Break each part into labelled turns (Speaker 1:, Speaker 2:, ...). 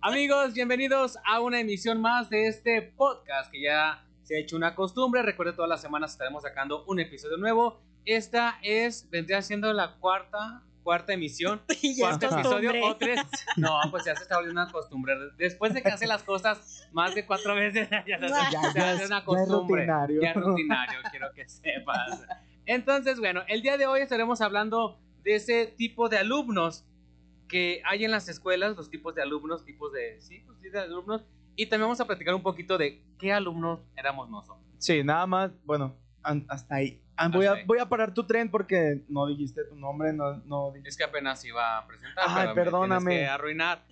Speaker 1: Amigos, bienvenidos a una emisión más de este podcast que ya se ha hecho una costumbre. Recuerden, todas las semanas estaremos sacando un episodio nuevo. Esta es, vendría siendo la cuarta, cuarta emisión,
Speaker 2: Ya es
Speaker 1: cuarto episodio
Speaker 2: costumbre.
Speaker 1: o tres. No, pues ya se está volviendo una costumbre. Después de que hace las cosas más de cuatro veces, ya, se-
Speaker 2: Ya,
Speaker 1: se hace
Speaker 3: ya es- ya
Speaker 1: una
Speaker 3: es
Speaker 1: costumbre.
Speaker 3: rutinario.
Speaker 1: Ya es rutinario, quiero que sepas. Entonces, bueno, el día de hoy estaremos hablando de ese tipo de alumnos que hay en las escuelas, los tipos de alumnos, tipos de, sí, pues sí, de alumnos. Y también vamos a platicar un poquito de qué alumnos éramos nosotros.
Speaker 3: Sí, nada más, bueno, an- hasta ahí. Ah, voy,
Speaker 1: Hasta
Speaker 3: a,
Speaker 1: ahí.
Speaker 3: voy a parar tu tren porque no dijiste tu nombre, no, no dijiste.
Speaker 1: Es que apenas iba a presentar.
Speaker 3: Ay,
Speaker 1: pero me
Speaker 3: perdóname.
Speaker 1: tienes que arruinar.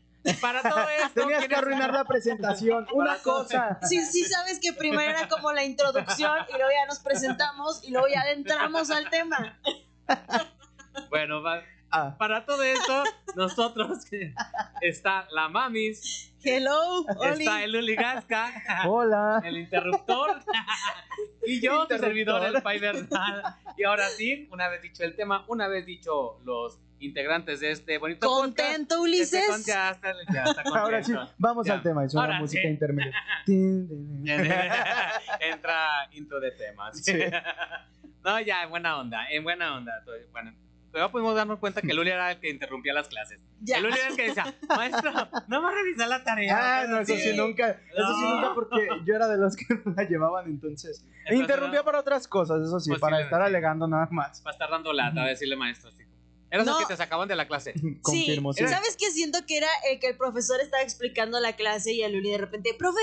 Speaker 1: Para todo esto.
Speaker 3: Tenías que
Speaker 1: ¿quieres-
Speaker 3: arruinar la presentación. Una
Speaker 1: Para todo.
Speaker 3: cosa.
Speaker 2: Sí, sí sabes que primero era como la introducción y luego ya nos presentamos y luego ya adentramos al tema.
Speaker 1: Bueno, va-
Speaker 3: Ah,
Speaker 1: para todo esto, nosotros que- está la mamis,
Speaker 2: Hello, Oli.
Speaker 1: está el Uligasca,
Speaker 3: hola.
Speaker 1: el interruptor y yo, tu
Speaker 3: Interruptor.
Speaker 1: servidor, el Pai Bernal. Y ahora sí, una vez dicho el tema, una vez dicho los integrantes de este bonito podcast,
Speaker 2: ¿Contento,
Speaker 1: este
Speaker 2: Ulises?
Speaker 1: con- ya está, ya está contento.
Speaker 3: Ahora sí, vamos
Speaker 1: Ya.
Speaker 3: al tema. Es una
Speaker 1: Ahora
Speaker 3: música
Speaker 1: sí.
Speaker 3: intermedia. Tin, tin, tin.
Speaker 1: Entra intro de temas.
Speaker 3: Sí.
Speaker 1: no, ya, en buena onda, en buena onda. todo- Bueno, pero pudimos darnos cuenta que Luli era el que interrumpía las clases.
Speaker 2: Ya.
Speaker 1: El Luli era el que decía, maestro, no va a revisar la tarea.
Speaker 3: Ah, no, eso sí
Speaker 2: Sí.
Speaker 3: nunca. Eso sí
Speaker 1: No.
Speaker 3: nunca porque yo era de los que la llevaban entonces.
Speaker 1: Entonces,
Speaker 3: Interrumpía para otras cosas, eso sí, para
Speaker 1: Posiblemente.
Speaker 3: estar alegando nada más.
Speaker 1: Va a estar dando lata, a decirle maestro. Así. Eras
Speaker 2: No.
Speaker 1: el que te sacaban de la clase.
Speaker 3: Confirmo, sí.
Speaker 2: sí. ¿Sabes qué? Siento que era el que el profesor estaba explicando la clase y el Uli de repente, profe,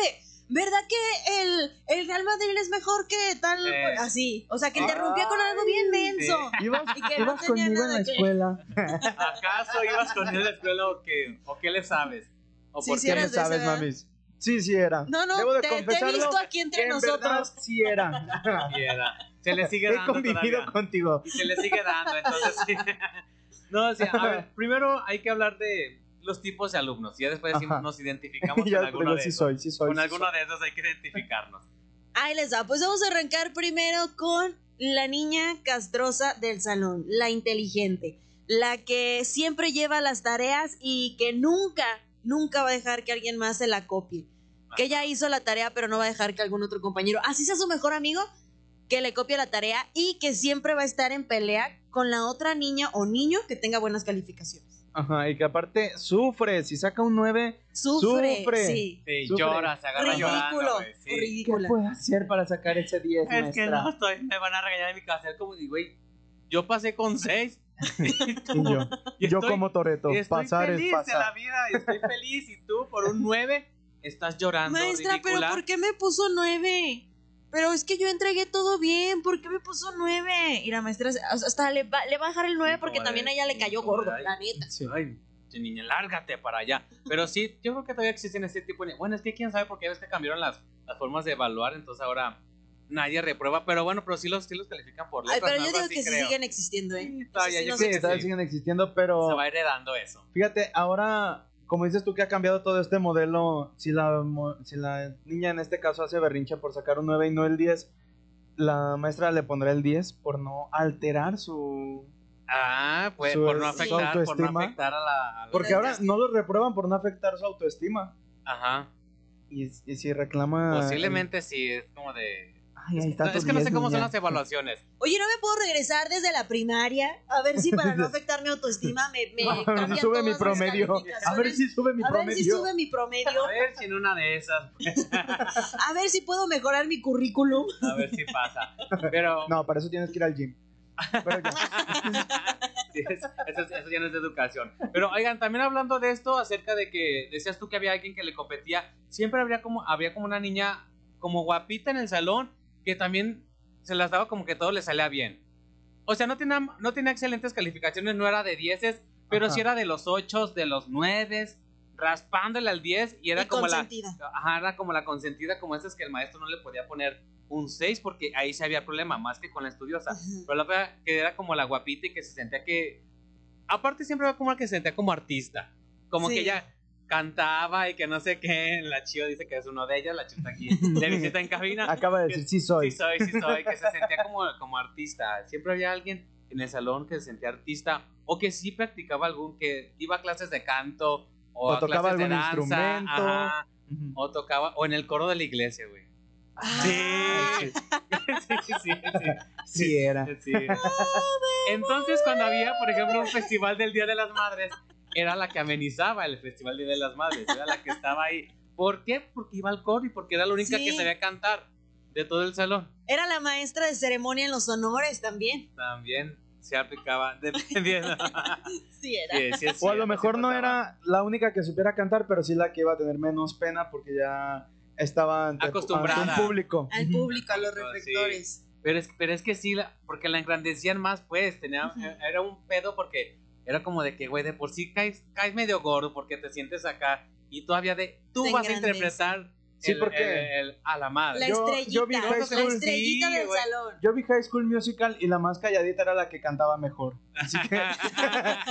Speaker 2: ¿verdad que el, el Real Madrid es mejor que tal?
Speaker 1: Eh.
Speaker 2: Así. O sea, que interrumpía con algo bien menso.
Speaker 3: Ibas,
Speaker 2: Y que no
Speaker 3: ibas
Speaker 2: tenía
Speaker 3: conmigo en
Speaker 2: nada
Speaker 3: la
Speaker 2: que-
Speaker 3: escuela.
Speaker 1: ¿Acaso ibas con él a la escuela o qué, o qué le sabes? ¿O
Speaker 2: Sí,
Speaker 1: por
Speaker 2: sí
Speaker 1: qué?
Speaker 3: ¿Qué me
Speaker 2: eras de esa
Speaker 3: sabes,
Speaker 2: edad?
Speaker 3: mamis? Sí, sí era.
Speaker 2: No, no,
Speaker 3: Debo de
Speaker 2: te, te he
Speaker 3: confesarlo
Speaker 2: visto aquí entre
Speaker 3: que en verdad
Speaker 2: nosotros.
Speaker 3: sí era.
Speaker 1: Quiera. Se le sigue
Speaker 3: He
Speaker 1: dando
Speaker 3: convivido
Speaker 1: todavía.
Speaker 3: contigo.
Speaker 1: Y se le sigue dando, entonces sí. No, o sea, a ver, primero hay que hablar de los tipos de alumnos. Y ya después decimos,
Speaker 3: Ajá.
Speaker 1: nos identificamos
Speaker 3: Ya
Speaker 1: con
Speaker 3: te
Speaker 1: alguno
Speaker 3: digo,
Speaker 1: de
Speaker 3: sí
Speaker 1: esos.
Speaker 3: soy, sí soy.
Speaker 1: Con
Speaker 3: sí
Speaker 1: alguno de esos hay que identificarnos.
Speaker 2: Ahí les va. Pues vamos a arrancar primero con la niña castrosa del salón, la inteligente, la que siempre lleva las tareas y que nunca, nunca va a dejar que alguien más se la copie. Que ella hizo la tarea, pero no va a dejar que algún otro compañero, así sea su mejor amigo, que le copie la tarea y que siempre va a estar en pelea con la otra niña o niño que tenga buenas calificaciones.
Speaker 3: soy. Ajá, y que aparte sufre, si saca un 9,
Speaker 2: Sufre,
Speaker 3: Sufre.
Speaker 2: sí.
Speaker 1: Sí,
Speaker 3: Sufre.
Speaker 1: llora, se agarra llorando.
Speaker 2: Ridículo,
Speaker 1: güey, sí.
Speaker 3: ¿qué
Speaker 2: ridícula.
Speaker 3: puede hacer para sacar ese 10,
Speaker 1: Es que
Speaker 3: maestra?
Speaker 1: no, estoy, me van a regañar en mi casa. Es como, güey, yo pasé con seis.
Speaker 3: Y yo,
Speaker 1: Y
Speaker 3: yo
Speaker 1: estoy-
Speaker 3: como Toreto,
Speaker 1: y estoy
Speaker 3: pasar
Speaker 1: feliz
Speaker 3: es
Speaker 1: de la
Speaker 3: pasar.
Speaker 1: vida y estoy feliz. Y tú, por un nueve, estás llorando.
Speaker 2: Maestra,
Speaker 1: ridícula.
Speaker 2: pero ¿por qué me puso nueve? Pero es que yo entregué todo bien, ¿por qué me puso nueve? Y la maestra se- o sea, hasta le va, le va a bajar el nueve
Speaker 1: Sí,
Speaker 2: porque
Speaker 1: como
Speaker 2: también
Speaker 1: de-
Speaker 2: a ella le
Speaker 1: sí,
Speaker 2: cayó
Speaker 1: como
Speaker 2: gordo,
Speaker 1: de-
Speaker 2: la neta.
Speaker 3: Sí.
Speaker 1: Ay, che, niña, lárgate para allá. Pero sí, yo creo que todavía existen ese tipo de... Bueno, es que quién sabe porque ya ves que cambiaron las, las formas de evaluar, entonces ahora nadie reprueba. Pero bueno, pero sí los, sí los califican por
Speaker 2: Ay,
Speaker 1: letras. ¿no?
Speaker 2: pero yo
Speaker 1: Algo
Speaker 2: digo
Speaker 1: así
Speaker 2: que sí
Speaker 1: creo.
Speaker 2: siguen existiendo, ¿eh?
Speaker 1: Sí, todavía,
Speaker 2: sí,
Speaker 1: yo
Speaker 2: no
Speaker 3: Sí,
Speaker 1: creo que
Speaker 3: todavía
Speaker 1: sí.
Speaker 3: siguen existiendo, pero...
Speaker 1: Se va heredando eso.
Speaker 3: Fíjate, ahora, como dices tú que ha cambiado todo este modelo, si la, mo- si la niña en este caso hace berrincha por sacar un 9 y no el 10, la maestra le pondrá el 10 por no alterar su...
Speaker 1: Ah, pues
Speaker 3: Su-
Speaker 1: por no
Speaker 2: su
Speaker 1: afectar, por no
Speaker 3: autoestima.
Speaker 1: afectar a la... a la-
Speaker 3: Porque ahora no lo reprueban por no afectar su autoestima.
Speaker 1: Ajá.
Speaker 3: Y, y si reclama...
Speaker 1: Posiblemente sí, es como de...
Speaker 3: Ay, ahí está
Speaker 1: No,
Speaker 3: tu
Speaker 1: es que no
Speaker 3: 10,
Speaker 1: sé cómo son
Speaker 3: niña.
Speaker 1: las evaluaciones.
Speaker 2: Oye, ¿no me puedo regresar desde la primaria? A ver si para no afectar mi autoestima me, me
Speaker 3: A ver
Speaker 2: cambian
Speaker 3: si sube
Speaker 2: todas
Speaker 3: mi
Speaker 2: mis
Speaker 3: promedio. A ver
Speaker 2: calificaciones.
Speaker 3: si sube mi
Speaker 2: A ver si
Speaker 3: promedio.
Speaker 2: sube mi promedio,
Speaker 1: A ver si en una de esas, pues,
Speaker 2: a ver si puedo mejorar mi currículum.
Speaker 1: a ver si pasa. Pero
Speaker 3: No, para eso tienes que ir al gym. Pero ya.
Speaker 1: Sí, es- eso, es- eso ya no es de educación. Pero oigan, también hablando de esto, acerca de que decías tú que había alguien que le competía, siempre habría como, había como una niña como guapita en el salón que también se las daba como que todo le salía bien. O sea, no tenía, no tenía excelentes calificaciones, no era de 10, pero
Speaker 3: Ajá.
Speaker 1: sí era de los 8, de los 9, raspándole al 10 y era
Speaker 2: y
Speaker 1: como la,
Speaker 2: consentida.
Speaker 1: Ajá, era como la consentida, como esas que el maestro no le podía poner un 6 porque ahí se había problema, más que con la estudiosa.
Speaker 2: Ujú.
Speaker 1: Pero la otra que era como la guapita y que se sentía que. Aparte, siempre era como la que se sentía como artista. Como
Speaker 2: Sí.
Speaker 1: que ella cantaba y que no sé qué. La Chio dice que es uno de ellas. La Chio está aquí de visita en cabina.
Speaker 3: Acaba de decir, sí Ah, soy.
Speaker 1: Sí, soy, sí, soy. Que se sentía como, como artista. Siempre había alguien en el salón que se sentía artista o que sí practicaba algún, que iba a clases de canto
Speaker 3: O tocaba
Speaker 1: clases de
Speaker 3: algún
Speaker 1: danza,
Speaker 3: instrumento.
Speaker 1: ajá,
Speaker 3: Ujú.
Speaker 1: o tocaba, o en el coro de la iglesia, güey.
Speaker 2: Ah.
Speaker 1: Sí, sí, sí, sí, sí,
Speaker 3: Sí era.
Speaker 1: sí, sí. Entonces, cuando había, por ejemplo, un festival del Día de las Madres, era la que amenizaba el festival del Día de las Madres, era la que estaba ahí. ¿Por qué? Porque iba al coro y porque era la única
Speaker 2: Sí.
Speaker 1: que sabía cantar de todo el salón.
Speaker 2: Era la maestra de ceremonia en los honores también.
Speaker 1: También se aplicaba, dependiendo.
Speaker 2: Sí, era.
Speaker 1: Sí, sí, sí,
Speaker 3: O a lo
Speaker 1: sí
Speaker 3: mejor no
Speaker 1: pasaba.
Speaker 3: era la única que supiera cantar, pero sí la que iba a tener menos pena porque ya estaba ante,
Speaker 1: Acostumbrada.
Speaker 3: ante un público.
Speaker 2: Al
Speaker 3: Ujú.
Speaker 2: público, a los
Speaker 1: Sí.
Speaker 2: reflectores.
Speaker 1: Pero es, pero es que sí, la- porque la engrandecían más, pues. Tenía,
Speaker 2: Ujú.
Speaker 1: Era un pedo porque era como de que, güey, de por sí caes, caes medio gordo porque te sientes acá y todavía de. Tú
Speaker 2: Te
Speaker 1: vas a
Speaker 2: engrandece.
Speaker 1: interpretar
Speaker 3: Sí,
Speaker 1: el-
Speaker 3: porque-
Speaker 1: el- el- a la madre.
Speaker 2: La
Speaker 3: Yo-
Speaker 2: estrellita.
Speaker 3: yo vi
Speaker 2: la
Speaker 3: High School, sí,
Speaker 2: estrellita del
Speaker 1: güey.
Speaker 2: salón.
Speaker 3: Yo vi High School Musical y la más calladita era la que cantaba mejor. Así que,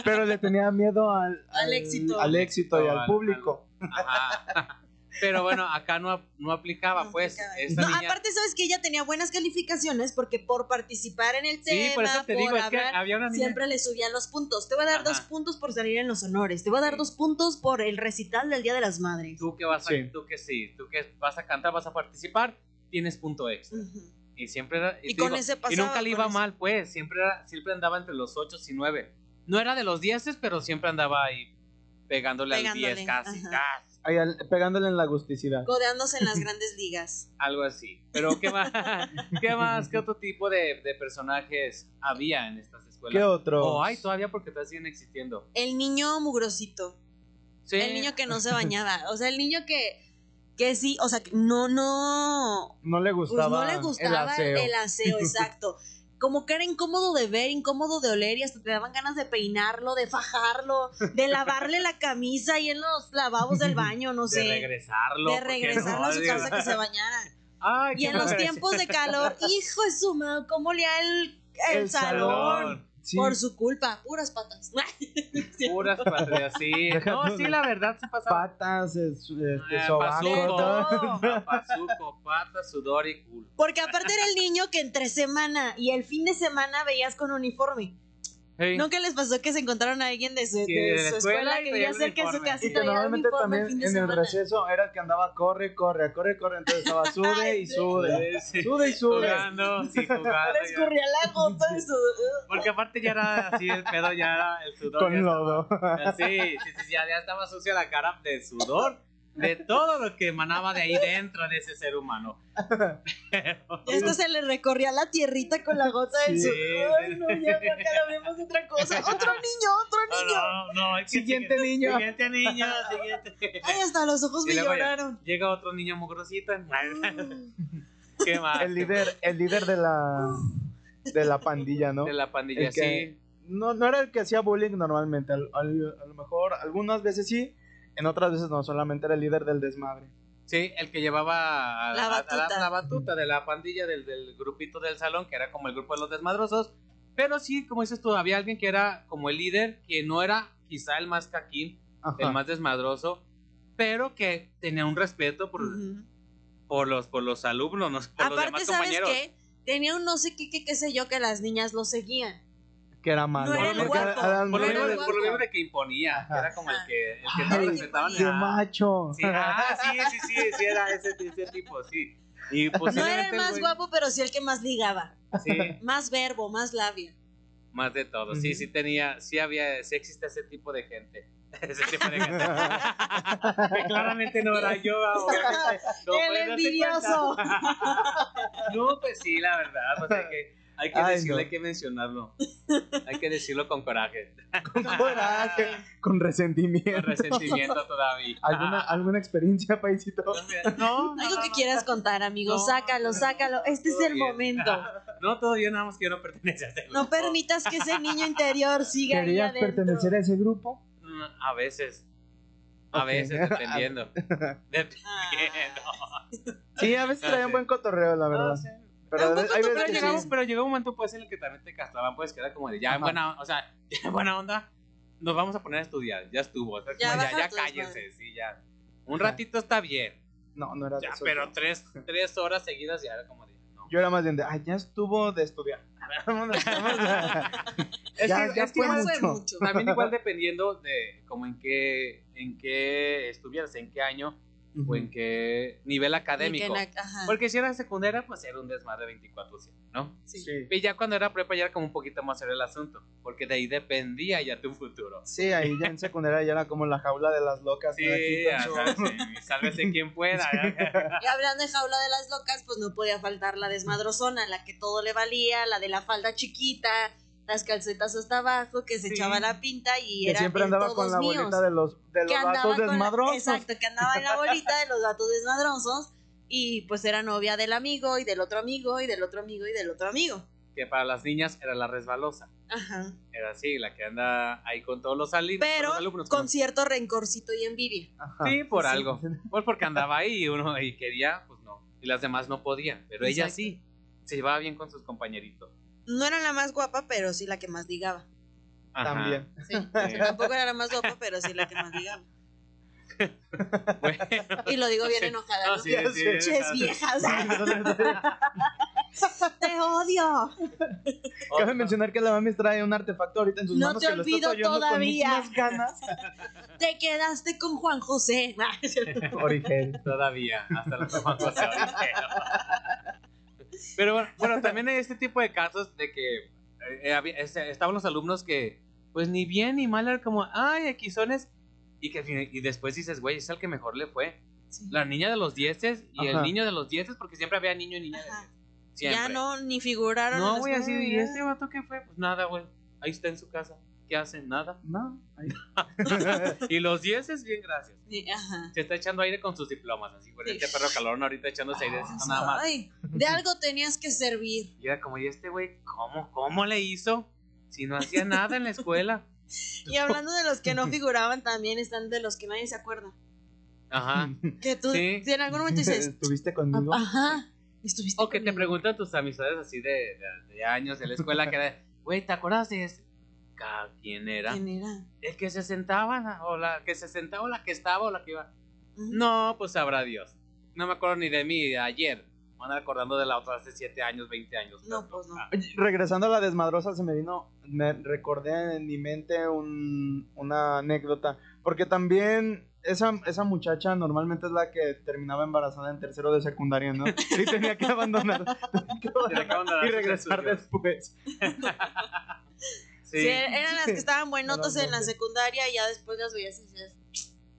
Speaker 3: pero le tenía miedo al,
Speaker 2: Al éxito.
Speaker 3: al éxito y
Speaker 1: Al-
Speaker 3: al
Speaker 1: al-
Speaker 3: público.
Speaker 1: Ajá. Pero bueno, acá no, ap- no aplicaba,
Speaker 2: No,
Speaker 1: pues.
Speaker 2: aplicaba.
Speaker 1: Esta
Speaker 2: No,
Speaker 1: niña.
Speaker 2: aparte, sabes que ella tenía buenas calificaciones porque por participar en el tema,
Speaker 1: sí, por eso te digo, es que
Speaker 2: hablar,
Speaker 1: había una niña.
Speaker 2: siempre le subían los puntos. Te voy a dar
Speaker 1: Ajá.
Speaker 2: dos puntos por salir en los honores. Te voy a dar
Speaker 1: Sí.
Speaker 2: dos puntos por el recital del Día de las Madres.
Speaker 1: Tú que vas a,
Speaker 3: Sí.
Speaker 1: tú que sí, tú que vas a cantar, vas a participar, tienes punto extra.
Speaker 2: Ujú.
Speaker 1: Y siempre era.
Speaker 2: Y,
Speaker 1: te
Speaker 2: con
Speaker 1: digo,
Speaker 2: ese pasaba.
Speaker 1: Y nunca le
Speaker 2: con
Speaker 1: iba
Speaker 2: ese-
Speaker 1: mal, pues. Siempre, era- siempre andaba entre los 8 y 9. No era de los 10, pero siempre andaba ahí pegándole,
Speaker 2: Pegándole,
Speaker 1: al 10, casi,
Speaker 2: ajá.
Speaker 1: casi.
Speaker 3: Ahí al- pegándole en la gusticidad.
Speaker 2: Codeándose en las grandes ligas.
Speaker 1: Algo así. Pero, ¿qué más? ¿Qué más? ¿Qué otro tipo de, de personajes había en estas
Speaker 3: ¿Qué
Speaker 1: escuelas?
Speaker 3: otro?
Speaker 1: O hay Oh, todavía porque todavía siguen existiendo.
Speaker 2: El niño mugrosito.
Speaker 1: Sí.
Speaker 2: El niño que no se bañaba. O sea, el niño que, que sí, o sea, que no, no.
Speaker 3: no le
Speaker 2: Pues
Speaker 3: gustaba,
Speaker 2: no le gustaba el aseo, exacto. Como que era incómodo de ver, incómodo de oler y hasta te daban ganas de peinarlo, de fajarlo, de lavarle la camisa y en los lavabos del baño,
Speaker 1: de
Speaker 2: no sé.
Speaker 1: regresarlo.
Speaker 2: de
Speaker 1: porque
Speaker 2: regresarlo
Speaker 1: no,
Speaker 2: a su
Speaker 1: digo,
Speaker 2: casa que se bañara.
Speaker 1: Ay,
Speaker 2: Y
Speaker 1: qué
Speaker 2: en los
Speaker 1: padre.
Speaker 2: tiempos de calor, hijo de su madre, ¿cómo le da el, el
Speaker 3: El
Speaker 2: salón?
Speaker 3: salón. Sí.
Speaker 2: Por su culpa, puras patas.
Speaker 1: Puras padres, sí.
Speaker 3: Déjame
Speaker 1: No, sí, la verdad se pasaba.
Speaker 3: patas, es- este,
Speaker 1: Ah,
Speaker 3: sobaco,
Speaker 1: pasuco.
Speaker 3: todo.
Speaker 2: No.
Speaker 1: Papazuco, pata, sudor y culo.
Speaker 2: Porque aparte era el niño que entre semana y el fin de semana veías con uniforme.
Speaker 1: Sí.
Speaker 2: ¿Nunca les pasó que se encontraron a alguien de su,
Speaker 1: Sí,
Speaker 2: de
Speaker 1: de la escuela
Speaker 2: su escuela
Speaker 1: y
Speaker 2: que
Speaker 1: traía
Speaker 2: vivía
Speaker 1: el
Speaker 2: cerca de su
Speaker 1: uniforme.
Speaker 2: casa
Speaker 3: Y
Speaker 2: y
Speaker 3: que
Speaker 2: traía
Speaker 3: normalmente
Speaker 2: uniforme el
Speaker 3: también
Speaker 2: fin
Speaker 3: en
Speaker 2: de
Speaker 3: el
Speaker 2: semana?
Speaker 3: receso era el que andaba corre, corre, corre, corre, entonces estaba sube y
Speaker 2: Sí.
Speaker 3: sube,
Speaker 1: Sí,
Speaker 3: sube y sube.
Speaker 1: jugando, sí, jugando.
Speaker 2: Le escurría la gota de su...
Speaker 1: Porque aparte ya era así, el pedo ya era el sudor. ya
Speaker 3: Con
Speaker 1: estaba-
Speaker 3: lodo.
Speaker 1: Sí, sí, sí, ya, ya estaba sucia la cara de sudor, de todo lo que emanaba de ahí dentro de ese ser humano.
Speaker 2: Y esto se le recorría la tierrita con la gota del
Speaker 3: Sí.
Speaker 2: su... Ay, no, ya acá hablemos de otra cosa. Otro niño, otro
Speaker 1: No,
Speaker 2: niño.
Speaker 1: no, no, es que
Speaker 3: Siguiente niño.
Speaker 1: Siguiente niño, siguiente.
Speaker 2: Ay, hasta los ojos
Speaker 1: Y
Speaker 2: me
Speaker 1: luego ya.
Speaker 2: lloraron.
Speaker 1: Llega otro niño mugrosito. ¿Qué más?
Speaker 3: El líder, el líder de la de la pandilla, ¿no?
Speaker 1: De la pandilla,
Speaker 3: El que- No, no era el que hacía bullying normalmente, al- al- a lo mejor algunas veces sí, en otras veces no, solamente era el líder del desmadre.
Speaker 1: sí. Sí, el que llevaba a-
Speaker 2: La
Speaker 1: a- a
Speaker 2: batuta.
Speaker 1: la batuta de la pandilla del, del grupito del salón, que era como el grupo de los desmadrosos. Pero sí, como dices tú, había alguien que era como el líder, que no era quizá el más caquín, el
Speaker 3: Ajá.
Speaker 1: más desmadroso, pero que tenía un respeto por,
Speaker 2: Ujú.
Speaker 1: por los, por los alumnos, no sé, por los
Speaker 2: Aparte,
Speaker 1: demás
Speaker 2: ¿sabes
Speaker 1: compañeros.
Speaker 2: qué? Tenía un no sé qué, qué, qué sé yo, que las niñas lo seguían.
Speaker 3: Que era malo.
Speaker 2: No era el
Speaker 3: Porque
Speaker 2: guapo,
Speaker 3: era el
Speaker 1: Por lo,
Speaker 2: No era
Speaker 1: mismo de,
Speaker 2: guapo.
Speaker 1: por lo mismo de que imponía, que era como el que, el que
Speaker 3: Ajá.
Speaker 1: no respetaban.
Speaker 3: ¡Qué
Speaker 1: a-
Speaker 3: macho!
Speaker 1: Sí, ah, sí, sí, sí, sí, era ese, ese tipo, Pues sí. Y
Speaker 2: No era
Speaker 1: posiblemente
Speaker 2: el más
Speaker 1: güey-
Speaker 2: guapo, pero sí el que más ligaba.
Speaker 1: Sí,
Speaker 2: Más verbo, más labia.
Speaker 1: Más de todo, sí,
Speaker 3: Ujú.
Speaker 1: sí tenía, sí había, sí existe ese tipo de gente. Ese tipo de gente. que claramente no era yo, obviamente. No,
Speaker 2: El
Speaker 1: pues, date
Speaker 2: envidioso.
Speaker 1: cuenta. no, pues sí, la verdad, pues hay que, hay que
Speaker 3: Ay,
Speaker 1: decirlo,
Speaker 3: no.
Speaker 1: hay que mencionarlo. Hay que decirlo con coraje.
Speaker 3: Con coraje, con resentimiento.
Speaker 1: Con resentimiento todavía.
Speaker 3: ¿Alguna, ¿Alguna experiencia, paisito?
Speaker 1: No, no,
Speaker 2: Algo
Speaker 1: no,
Speaker 2: que
Speaker 1: no.
Speaker 2: quieras contar, amigo.
Speaker 1: No,
Speaker 2: sácalo,
Speaker 1: no,
Speaker 2: sácalo. Este es
Speaker 1: todo
Speaker 2: el
Speaker 1: bien.
Speaker 2: momento.
Speaker 1: No, todavía nada más que yo no pertenece a ese
Speaker 2: No
Speaker 1: grupo.
Speaker 2: permitas que ese niño interior siga ahí
Speaker 3: ¿Querías
Speaker 2: adentro.
Speaker 3: pertenecer a ese grupo?
Speaker 1: Mm, A veces. A
Speaker 3: Ok.
Speaker 1: veces, dependiendo. dependiendo.
Speaker 2: Ah.
Speaker 3: Sí, a veces traían buen cotorreo, la verdad.
Speaker 2: Un
Speaker 3: Pero a veces-
Speaker 2: buen
Speaker 3: hay
Speaker 1: Pero,
Speaker 3: veces
Speaker 2: cotorreo
Speaker 3: que
Speaker 1: llegamos,
Speaker 3: sí.
Speaker 1: pero llegó un momento pues en el que también te castraban, pues que era como de ya en
Speaker 3: Ajá.
Speaker 1: buena, o sea, ya en buena onda, nos vamos a poner a estudiar, ya estuvo, o sea,
Speaker 2: Ya
Speaker 1: como ya,
Speaker 2: baja
Speaker 1: ya
Speaker 2: tus
Speaker 1: cállense, sí, ya. Un
Speaker 3: Ajá.
Speaker 1: ratito está bien,
Speaker 3: No, no era de
Speaker 1: ya,
Speaker 3: eso.
Speaker 1: pero
Speaker 3: yo.
Speaker 1: tres, tres horas seguidas ya era como de no.
Speaker 3: Yo era más bien de, ah, ya estuvo de estudiar. Vámonos, vámonos.
Speaker 1: Es
Speaker 3: ya-
Speaker 1: que,
Speaker 3: ya
Speaker 1: es que
Speaker 3: fue
Speaker 1: igual-
Speaker 2: Fue
Speaker 3: mucho.
Speaker 2: mucho.
Speaker 1: también igual dependiendo de como en qué en qué estuvieras, en qué año o en
Speaker 3: Ujú.
Speaker 1: qué nivel académico.
Speaker 2: Y que na- ajá,
Speaker 1: Porque si era secundaria, pues era un desmadre 24-7, ¿no?
Speaker 2: sí.
Speaker 3: Sí.
Speaker 1: Y ya cuando era prepa ya era como un poquito más serio el asunto, porque de ahí dependía ya tu futuro.
Speaker 3: Sí, ahí ya en secundaria ya era como la jaula de las locas.
Speaker 1: Sí,
Speaker 3: ¿no? Aquí con su-
Speaker 1: ajá, sí, sálvese quien pueda. ¿eh?
Speaker 2: Y hablando de jaula de las locas, pues no podía faltar la desmadrozona, la que todo le valía, la de la falda chiquita, las calcetas hasta abajo, que se
Speaker 1: Sí.
Speaker 2: echaba la pinta y
Speaker 3: que
Speaker 2: era
Speaker 3: siempre
Speaker 2: de
Speaker 3: andaba
Speaker 2: todos
Speaker 3: con la
Speaker 2: míos.
Speaker 3: bolita de los, de
Speaker 2: que
Speaker 3: los
Speaker 2: andaba
Speaker 3: datos
Speaker 2: con la-
Speaker 3: desmadrosos.
Speaker 2: exacto, que andaba en la bolita de los datos desmadrosos y pues era novia del amigo y del otro amigo y del otro amigo y del otro amigo.
Speaker 1: que para las niñas era la resbalosa.
Speaker 2: Ajá.
Speaker 1: Era así, la que anda ahí con todos los, ali- con
Speaker 2: Pero
Speaker 1: los alumnos.
Speaker 2: Con cierto rencorcito y envidia.
Speaker 3: Ajá.
Speaker 1: Sí, por
Speaker 2: Sí.
Speaker 1: algo. Pues porque andaba ahí y uno ahí quería, pues no. Y las demás no podían. Pero ella
Speaker 2: Exacto.
Speaker 1: sí. Se llevaba bien con sus compañeritos.
Speaker 2: No era la más guapa, pero sí la que más ligaba.
Speaker 1: Ajá.
Speaker 3: También.
Speaker 2: Sí. O sea, tampoco era la más guapa, pero sí la que más ligaba.
Speaker 1: Bueno,
Speaker 2: Y lo digo bien
Speaker 1: Sí.
Speaker 2: enojada.
Speaker 1: no,
Speaker 2: ¿no?
Speaker 1: sí,
Speaker 3: Ya
Speaker 1: sí,
Speaker 3: sé.
Speaker 2: Pinches
Speaker 1: sí.
Speaker 2: viejas, te odio.
Speaker 3: Cabe mencionar que la mami trae un artefacto ahorita en sus
Speaker 2: No
Speaker 3: manos
Speaker 2: te
Speaker 3: que lo
Speaker 2: olvido
Speaker 3: está tallando
Speaker 2: todavía.
Speaker 3: con unas ganas.
Speaker 2: Te quedaste con Juan José.
Speaker 3: Origen.
Speaker 1: Todavía, hasta la toma no se originó. Pero bueno, bueno, también hay este tipo de casos de que eh, había- es- estaban los alumnos que, pues ni bien ni mal, era como, ay, aquí sones. Y, que, al fin- y después dices, güey, es el que mejor le fue.
Speaker 2: Sí.
Speaker 1: La niña de los dieces y el
Speaker 3: Ajá.
Speaker 1: niño de los dieces, porque siempre había niño y niña de
Speaker 2: Ajá.
Speaker 1: dieces. Siempre.
Speaker 2: Ya no, ni figuraron. en
Speaker 1: No,
Speaker 2: las
Speaker 1: güey, así, ¿y
Speaker 2: novelas.
Speaker 1: este vato qué fue? Pues nada, güey. Ahí está en su casa. ¿Qué hace? Nada.
Speaker 3: No. ahí.
Speaker 1: Y los dieces, bien, gracias.
Speaker 2: Sí, Ajá.
Speaker 1: Se está echando aire con sus diplomas, así, por
Speaker 2: Sí. Ah,
Speaker 1: este perro calorón ahorita echándose aire, así, Ah, nada más.
Speaker 2: Ay, de algo tenías que servir.
Speaker 1: Y era como, ¿y este güey cómo, cómo le hizo? Si no hacía nada en la escuela.
Speaker 2: Y hablando de los que no figuraban, también están de los que nadie se acuerda.
Speaker 1: Ajá.
Speaker 2: Que tú
Speaker 1: Sí.
Speaker 2: si en algún momento dices,
Speaker 3: ¿Estuviste conmigo?
Speaker 2: Ah, ajá, estuviste.
Speaker 1: O que te
Speaker 2: conmigo".
Speaker 1: preguntan tus amistades así de, de- de años de la escuela, que era, güey, ¿te acuerdas de ese? Ca- ¿Quién era?
Speaker 2: ¿Quién era?
Speaker 1: El que se sentaba, o la que se sentaba, o la que estaba, o la que iba.
Speaker 2: Ujú.
Speaker 1: No, pues sabrá Dios. No me acuerdo ni de mí de ayer. Me ando acordando de la otra hace 7 años, 20 años.
Speaker 2: No, pues no.
Speaker 1: Ah,
Speaker 3: Oye, Regresando a la desmadrosa, se me vino, me recordé en mi mente un- una anécdota, porque también esa, esa muchacha normalmente es la que terminaba embarazada en tercero de secundaria, ¿no? Y tenía que abandonar tenía que
Speaker 1: te
Speaker 3: abandonar
Speaker 1: acaban de dar
Speaker 3: y
Speaker 1: sus
Speaker 3: regresar
Speaker 1: estudios.
Speaker 3: después.
Speaker 1: Sí.
Speaker 2: Sí, Eh, eran las que estaban buenotas en la
Speaker 3: Normalmente.
Speaker 2: secundaria y ya después las veías y decías,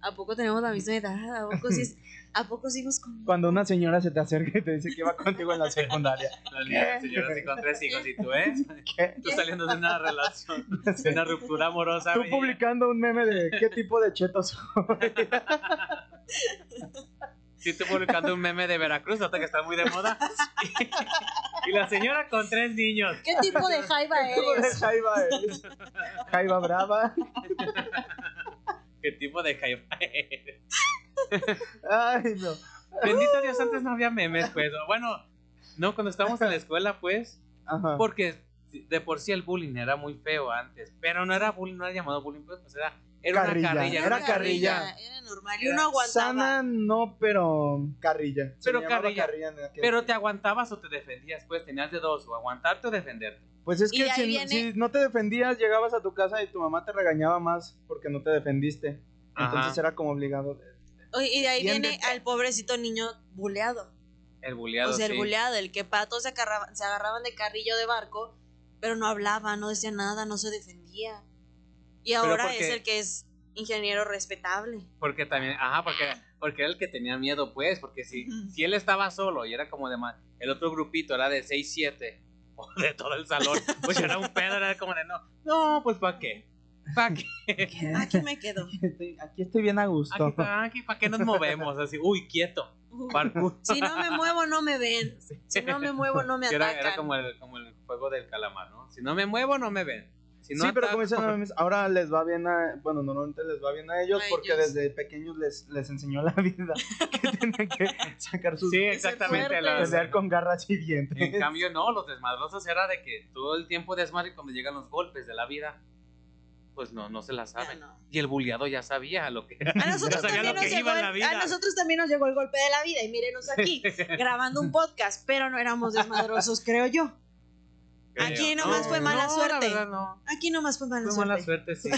Speaker 2: ¿a poco tenemos la misma edad? ¿A poco, sí es- ¿a poco seguimos con.?
Speaker 3: Cuando una señora se te acerca y te dice que iba contigo en la secundaria.
Speaker 1: La niña, señora, así con tres hijos. ¿Y tú, eh?
Speaker 3: ¿Qué?
Speaker 1: Tú saliendo de una relación, de una ruptura amorosa.
Speaker 3: Tú
Speaker 1: güey.
Speaker 3: publicando un meme de qué tipo de chetos
Speaker 1: Sí, tú publicando un meme de Veracruz, hasta que está muy de moda. Y la señora con tres niños.
Speaker 2: ¿Qué tipo de jaiba eres?
Speaker 3: Jaiba es. Jaiba Brava.
Speaker 1: ¿Qué tipo de hype eres?
Speaker 3: Ay, no.
Speaker 1: Bendito Dios, antes no había memes, pues. Bueno, no, cuando estábamos en la escuela, pues.
Speaker 3: Ajá.
Speaker 1: Porque de por sí el bullying era muy feo antes. Pero no era bullying, no era llamado bullying, pues, pues era, era
Speaker 3: Carrilla,
Speaker 1: una carrilla.
Speaker 3: era carrilla.
Speaker 2: Era normal y uno aguantaba.
Speaker 3: Sana no, pero carrilla. Se
Speaker 1: Pero
Speaker 3: le llamaba
Speaker 1: carrilla.
Speaker 3: en aquel-
Speaker 1: Pero te aguantabas o te defendías, pues tenías de dos, o aguantarte o defenderte.
Speaker 3: Pues es
Speaker 2: Y
Speaker 3: que
Speaker 2: de ahí
Speaker 3: si,
Speaker 2: viene-
Speaker 3: si no te defendías, llegabas a tu casa y tu mamá te regañaba más porque no te defendiste. Entonces
Speaker 1: Ajá.
Speaker 3: era como obligado.
Speaker 2: Oye, Y de ahí
Speaker 3: Bien
Speaker 2: viene
Speaker 3: de-
Speaker 2: al pobrecito niño buleado.
Speaker 1: El bulleado.
Speaker 2: o sea, el
Speaker 1: sí.
Speaker 2: buleado, el que patos se, agarraba- se agarraban de carrillo de barco, pero no hablaba, no decía nada, no se defendía. Y ahora
Speaker 1: porque-
Speaker 2: es el que es ingeniero respetable.
Speaker 1: Porque también, ajá, porque, porque era el que tenía miedo, pues, porque si,
Speaker 2: Ujú.
Speaker 1: si él estaba solo y era como de más, el otro grupito era de 6, 7, o de todo el salón, pues era un pedo, era como de no, no, pues ¿para qué? ¿Para qué?
Speaker 2: Aquí me quedo.
Speaker 3: Estoy- Aquí estoy bien a
Speaker 1: Aquí,
Speaker 3: gusto.
Speaker 1: pa- aquí, ¿Para qué nos movemos? Así, uy, quieto, parkour.
Speaker 2: Si no me muevo, no me ven. Si no me muevo, no me
Speaker 1: Sí,
Speaker 2: atacan.
Speaker 1: era, era como, el, como el juego del calamar, ¿no? Si no me muevo, no me ven. Si no
Speaker 3: sí, pero
Speaker 1: ataco-
Speaker 3: como dicen, no mames, ahora les va bien a. Bueno, normalmente les va bien a ellos
Speaker 2: A
Speaker 3: porque
Speaker 2: ellos.
Speaker 3: desde pequeños les, les enseñó la vida que tienen que sacar sus.
Speaker 1: Sí, exactamente.
Speaker 2: fuerte.
Speaker 1: las-
Speaker 3: Pelear con garras y dientes.
Speaker 1: en cambio, no, los desmadrosos era de que todo el tiempo desmadre cuando llegan los golpes de la vida, pues no, no se la
Speaker 2: Ya
Speaker 1: saben.
Speaker 2: no.
Speaker 1: Y el bulleado ya sabía lo que
Speaker 2: A
Speaker 1: Ya sabía
Speaker 2: nosotros, también
Speaker 1: lo
Speaker 2: nos
Speaker 1: que
Speaker 2: llegó
Speaker 1: iba en
Speaker 2: el,
Speaker 1: la
Speaker 2: a
Speaker 1: vida.
Speaker 2: nosotros también nos llegó el golpe de la vida y mírenos aquí grabando un podcast, pero no éramos desmadrosos, creo yo.
Speaker 1: creo.
Speaker 2: Aquí nomás fue mala
Speaker 1: no,
Speaker 2: suerte.
Speaker 1: La verdad, no.
Speaker 2: Aquí nomás fue mala
Speaker 1: Fue
Speaker 2: suerte.
Speaker 1: mala suerte, sí.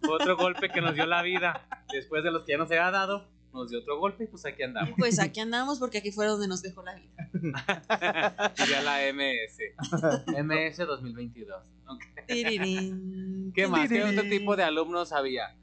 Speaker 1: Fue otro golpe que nos dio la vida. Después de los que ya nos había dado, nos dio otro golpe y pues aquí andamos.
Speaker 2: Pues aquí andamos porque aquí fue donde nos dejó la vida.
Speaker 1: Diría la MS. MS 2022. Ok.
Speaker 2: Tirirín.
Speaker 1: ¿Qué más? ¿Qué otro tipo de alumnos había?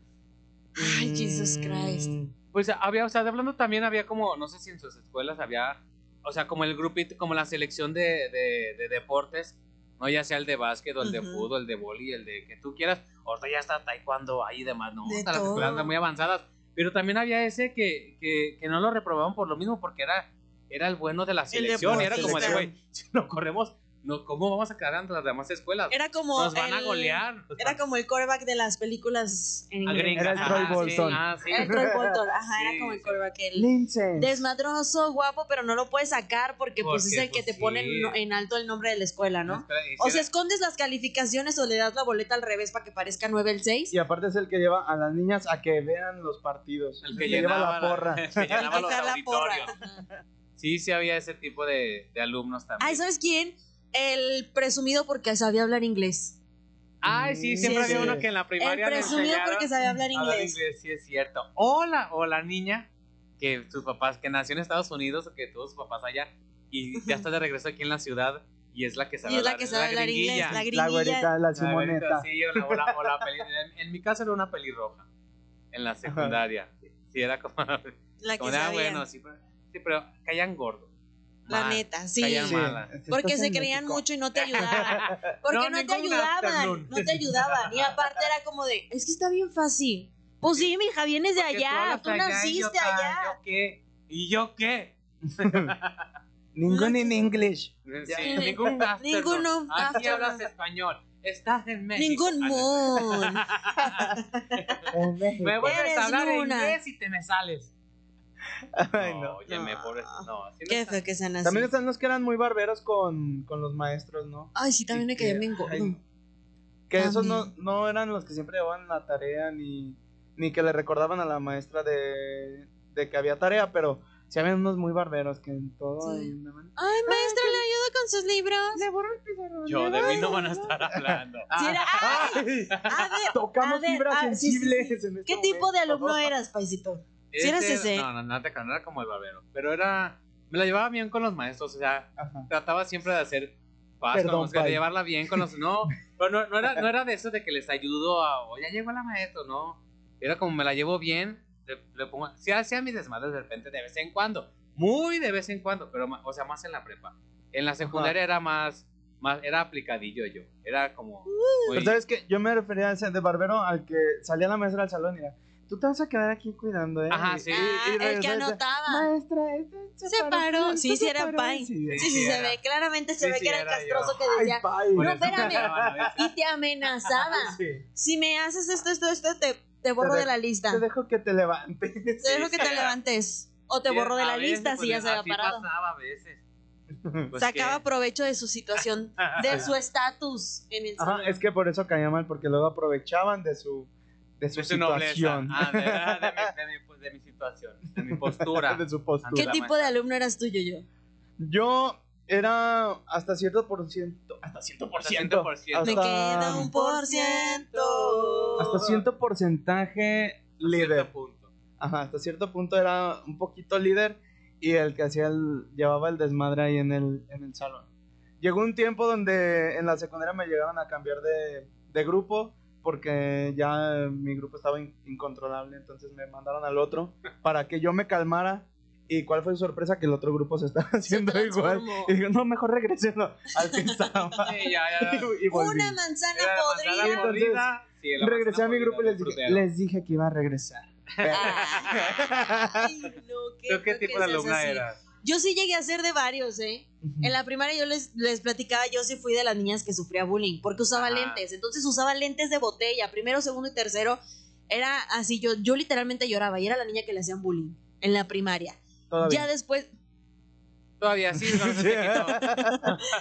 Speaker 2: Ay, Jesus Christ.
Speaker 3: Mm,
Speaker 1: Pues había, o sea, de hablando también había como, no sé si en sus escuelas había, o sea, como el grupito, como la selección de, de- de deportes, ¿no? Ya sea el de básquet, o el de
Speaker 2: Ujú.
Speaker 1: fútbol, el de boli, el de que tú quieras. Ahorita ya está taekwondo ahí y demás, ¿no?
Speaker 2: De
Speaker 1: Hasta las
Speaker 2: todo.
Speaker 1: escuelas andan muy avanzadas. Pero también había ese que, que, que no lo reprobaban por lo mismo, porque era, era el bueno de la selección. y era como de,
Speaker 2: deportista.
Speaker 1: güey, si no corremos, no, ¿cómo vamos a quedar ante las demás escuelas?
Speaker 2: Era como.
Speaker 1: Nos van a
Speaker 2: el-
Speaker 1: golear. Nos
Speaker 2: Era
Speaker 1: van-
Speaker 2: como el coreback de las películas en
Speaker 1: a
Speaker 2: inglés.
Speaker 1: gringas.
Speaker 3: Era el Troy
Speaker 1: Ajá, sí,
Speaker 3: Bolton.
Speaker 1: ah, sí.
Speaker 2: Era el Troy Bolton. Ajá,
Speaker 1: Sí,
Speaker 2: era como el
Speaker 1: sí.
Speaker 2: coreback. El
Speaker 3: Lince.
Speaker 2: desmadroso, guapo, pero no lo puedes sacar porque, pues
Speaker 1: Porque,
Speaker 2: es el que
Speaker 1: pues,
Speaker 2: te pone
Speaker 1: sí.
Speaker 2: en- en alto el nombre de la escuela, ¿no?
Speaker 1: Espera, y si
Speaker 2: O
Speaker 1: era-
Speaker 2: sea, escondes las calificaciones o le das la boleta al revés para que parezca 9 el 6.
Speaker 3: Y aparte es el que lleva a las niñas a que vean los partidos.
Speaker 1: El que
Speaker 3: lleva la
Speaker 1: llenaba
Speaker 3: porra.
Speaker 1: el que llenaba los
Speaker 2: Sacar la porra.
Speaker 1: auditorios. Sí, sí había ese tipo de, de alumnos también.
Speaker 2: Ay, ¿sabes quién? El presumido porque sabía hablar inglés.
Speaker 1: Ay, sí,
Speaker 3: Sí,
Speaker 1: siempre
Speaker 2: sí.
Speaker 1: había uno que en la
Speaker 2: El
Speaker 1: primaria le
Speaker 2: presumido
Speaker 1: enseñaron
Speaker 2: porque sabía hablar
Speaker 1: a hablar
Speaker 2: inglés.
Speaker 1: Sí, es cierto. O la, o la niña que sus papás, que nació en Estados Unidos o que tuvo sus papás allá y ya está de regreso aquí en la ciudad y es la que sabe
Speaker 2: Y es la
Speaker 1: hablar-
Speaker 2: que sabe hablar inglés,
Speaker 1: gringuilla.
Speaker 2: la
Speaker 3: La
Speaker 2: gringuilla.
Speaker 3: güerita, la
Speaker 1: La güerita,
Speaker 3: simoneta.
Speaker 1: sí, o la, o la- o la peli- en, en mi caso era una pelirroja en la secundaria. Sí, era como...
Speaker 2: La que
Speaker 1: como de, ah,
Speaker 2: sabía.
Speaker 1: bueno, sí, pero, sí, pero caían gordo.
Speaker 2: La
Speaker 1: Mal.
Speaker 2: neta, sí.
Speaker 1: Callan mal. mala.
Speaker 3: estás
Speaker 2: Porque se
Speaker 3: en
Speaker 2: creían
Speaker 3: México.
Speaker 2: mucho y no te ayudaban. Porque
Speaker 1: No,
Speaker 2: no, te
Speaker 1: ningún
Speaker 2: ayudaban.
Speaker 1: afternoon.
Speaker 2: No te ayudaban. Y aparte era como de, es que está bien fácil. Pues sí, mija, vienes de
Speaker 1: Porque tú
Speaker 2: allá.
Speaker 1: hablas
Speaker 2: Tú
Speaker 1: allá y
Speaker 2: naciste
Speaker 1: yo acá,
Speaker 2: allá.
Speaker 1: ¿Yo qué? ¿Y yo qué?
Speaker 3: Ningún in English.
Speaker 1: Eh, Sí, ningún afternoon.
Speaker 2: Ningún
Speaker 1: Aquí
Speaker 2: afternoon.
Speaker 1: hablas español. Estás en México. Ah,
Speaker 2: Ningún moon.
Speaker 3: En México.
Speaker 1: Me vuelves
Speaker 2: Eres
Speaker 1: a hablar en
Speaker 2: luna.
Speaker 1: inglés y te me sales.
Speaker 3: Ay, no.
Speaker 1: oye, me
Speaker 2: No.
Speaker 1: pobre. No, sí no
Speaker 2: Qué
Speaker 1: está-
Speaker 2: feo que sean así.
Speaker 3: También están los que eran muy barberos con, con los maestros, ¿no?
Speaker 2: Ay, sí, también me
Speaker 3: Y que-
Speaker 2: quedé bien
Speaker 3: ay,
Speaker 2: gordo. Ah,
Speaker 3: Que esos no,
Speaker 2: También.
Speaker 3: no eran los que siempre llevaban la tarea ni, ni que le recordaban a la maestra de, de que había tarea, pero sí habían unos muy barberos que en todo...
Speaker 2: Sí.
Speaker 3: ahí andaban.
Speaker 2: Ay, maestra, le ayudo con sus libros.
Speaker 1: Yo de mí no van a estar hablando.
Speaker 2: Sí, era- ¡Ay!
Speaker 3: Ay,
Speaker 2: A ver, a
Speaker 3: Tocamos
Speaker 2: ver,
Speaker 3: fibras
Speaker 2: ah, sí, sí, sí.
Speaker 3: sensibles en este
Speaker 2: ¿qué tipo de
Speaker 3: momento,
Speaker 2: alumno
Speaker 3: ¿no?
Speaker 2: eras, paisito? Sí eras
Speaker 1: Ese-
Speaker 2: ese.
Speaker 1: No, no, no te no era como el barbero. Pero era. Me la llevaba bien con los maestros. O sea,
Speaker 3: Ajá.
Speaker 1: trataba siempre de hacer paz
Speaker 3: Perdón,
Speaker 1: con los maestros, de
Speaker 3: Pai.
Speaker 1: llevarla bien con los. No, pero no, no era, no era de eso de que les ayudo a. O ya llegó la maestra, no. Era como me la llevo bien. Le, le pongo. Sí, hacía mis desmadres de repente, de vez en cuando. Muy de vez en cuando, pero ma- o sea, más en la prepa. En la secundaria era más. más era aplicadillo yo. Era como. muy-
Speaker 2: Uh,
Speaker 3: Pero sabes que yo me refería a ese de barbero al que salía la maestra del salón y era, tú te vas a quedar aquí cuidando, ¿eh?
Speaker 1: Ajá,
Speaker 3: Y-
Speaker 1: sí.
Speaker 3: y- y
Speaker 2: Ah, el que
Speaker 3: regresaba y decía,
Speaker 2: anotaba.
Speaker 3: Maestra, este
Speaker 2: Se paró.
Speaker 3: este
Speaker 2: Sí, sí, era
Speaker 3: paró".
Speaker 2: pai.
Speaker 3: Sí,
Speaker 2: Sí, sí,
Speaker 1: Sí,
Speaker 2: se
Speaker 1: era.
Speaker 2: ve, claramente se
Speaker 1: Sí,
Speaker 2: ve
Speaker 1: sí,
Speaker 2: que era el
Speaker 1: era
Speaker 2: castroso
Speaker 1: yo.
Speaker 2: que
Speaker 3: Ay,
Speaker 2: decía,
Speaker 3: pai.
Speaker 1: Por
Speaker 2: No,
Speaker 1: eso me
Speaker 2: espérame.
Speaker 1: daban a veces.
Speaker 2: y te amenazaba.
Speaker 3: Sí.
Speaker 2: Si me haces esto, esto, esto, te, te borro
Speaker 3: Te
Speaker 2: de la lista.
Speaker 3: Te dejo que te levantes.
Speaker 2: Te dejo
Speaker 1: Sí, sí,
Speaker 2: que te
Speaker 1: era.
Speaker 2: levantes. O te
Speaker 1: Sí,
Speaker 2: borro de
Speaker 1: a
Speaker 2: la
Speaker 1: veces,
Speaker 2: lista si
Speaker 1: pues,
Speaker 2: ya se había
Speaker 1: así
Speaker 2: parado.
Speaker 1: pasaba a veces. Pues,
Speaker 2: Sacaba
Speaker 1: ¿qué?
Speaker 2: provecho de su situación, de su estatus en el
Speaker 3: Ajá,
Speaker 2: salón.
Speaker 3: es que por eso caía mal, porque luego aprovechaban de su, de su
Speaker 1: de su nobleza.
Speaker 3: situación.
Speaker 1: Ah, de, de mi, de mi- de mi situación, de mi postura.
Speaker 3: de su
Speaker 2: ¿Qué
Speaker 3: postura.
Speaker 1: la
Speaker 2: tipo de alumno eras tú, yo, yo?
Speaker 3: Yo era hasta cierto por ciento. Hasta ciento
Speaker 1: por ciento.
Speaker 2: Me
Speaker 3: Hasta-
Speaker 2: queda un por ciento.
Speaker 3: Hasta ciento porcentaje líder.
Speaker 1: Cierto punto.
Speaker 3: Ajá, hasta cierto punto era un poquito líder y el que hacía el, llevaba el desmadre ahí en el, en el salón. Llegó un tiempo donde en la secundaria me llegaron a cambiar de, de grupo porque ya eh, mi grupo estaba in- incontrolable, entonces me mandaron al otro para que yo me calmara. ¿Y cuál fue su sorpresa? Que el otro grupo se estaba
Speaker 2: Se
Speaker 3: haciendo igual.
Speaker 2: transformó.
Speaker 3: Y digo, no, mejor regresemos al que estaba.
Speaker 1: Sí, ya, ya.
Speaker 3: y, y volví.
Speaker 2: Una manzana
Speaker 1: Era la manzana
Speaker 2: podrida.
Speaker 1: podrida. Sí, la
Speaker 3: Regresé
Speaker 1: manzana
Speaker 3: a mi
Speaker 1: podrida
Speaker 3: grupo y
Speaker 1: del
Speaker 3: les dije,
Speaker 1: frutero.
Speaker 3: les dije que iba a regresar.
Speaker 2: Ay, no, qué
Speaker 1: ¿Tú qué
Speaker 2: feo que
Speaker 1: tipo de
Speaker 2: seas
Speaker 1: alumna
Speaker 2: así.
Speaker 1: eras?
Speaker 2: Yo sí llegué a ser de varios, ¿eh? En la primaria yo les, les platicaba, yo sí fui de las niñas que sufría bullying, porque usaba
Speaker 1: Ajá.
Speaker 2: lentes. Entonces usaba lentes de botella, primero, segundo y tercero. Era así, yo, yo literalmente lloraba y era la niña que le hacían bullying en la primaria.
Speaker 3: Todavía.
Speaker 2: Ya después,
Speaker 1: Todavía sí, no, no se quitó.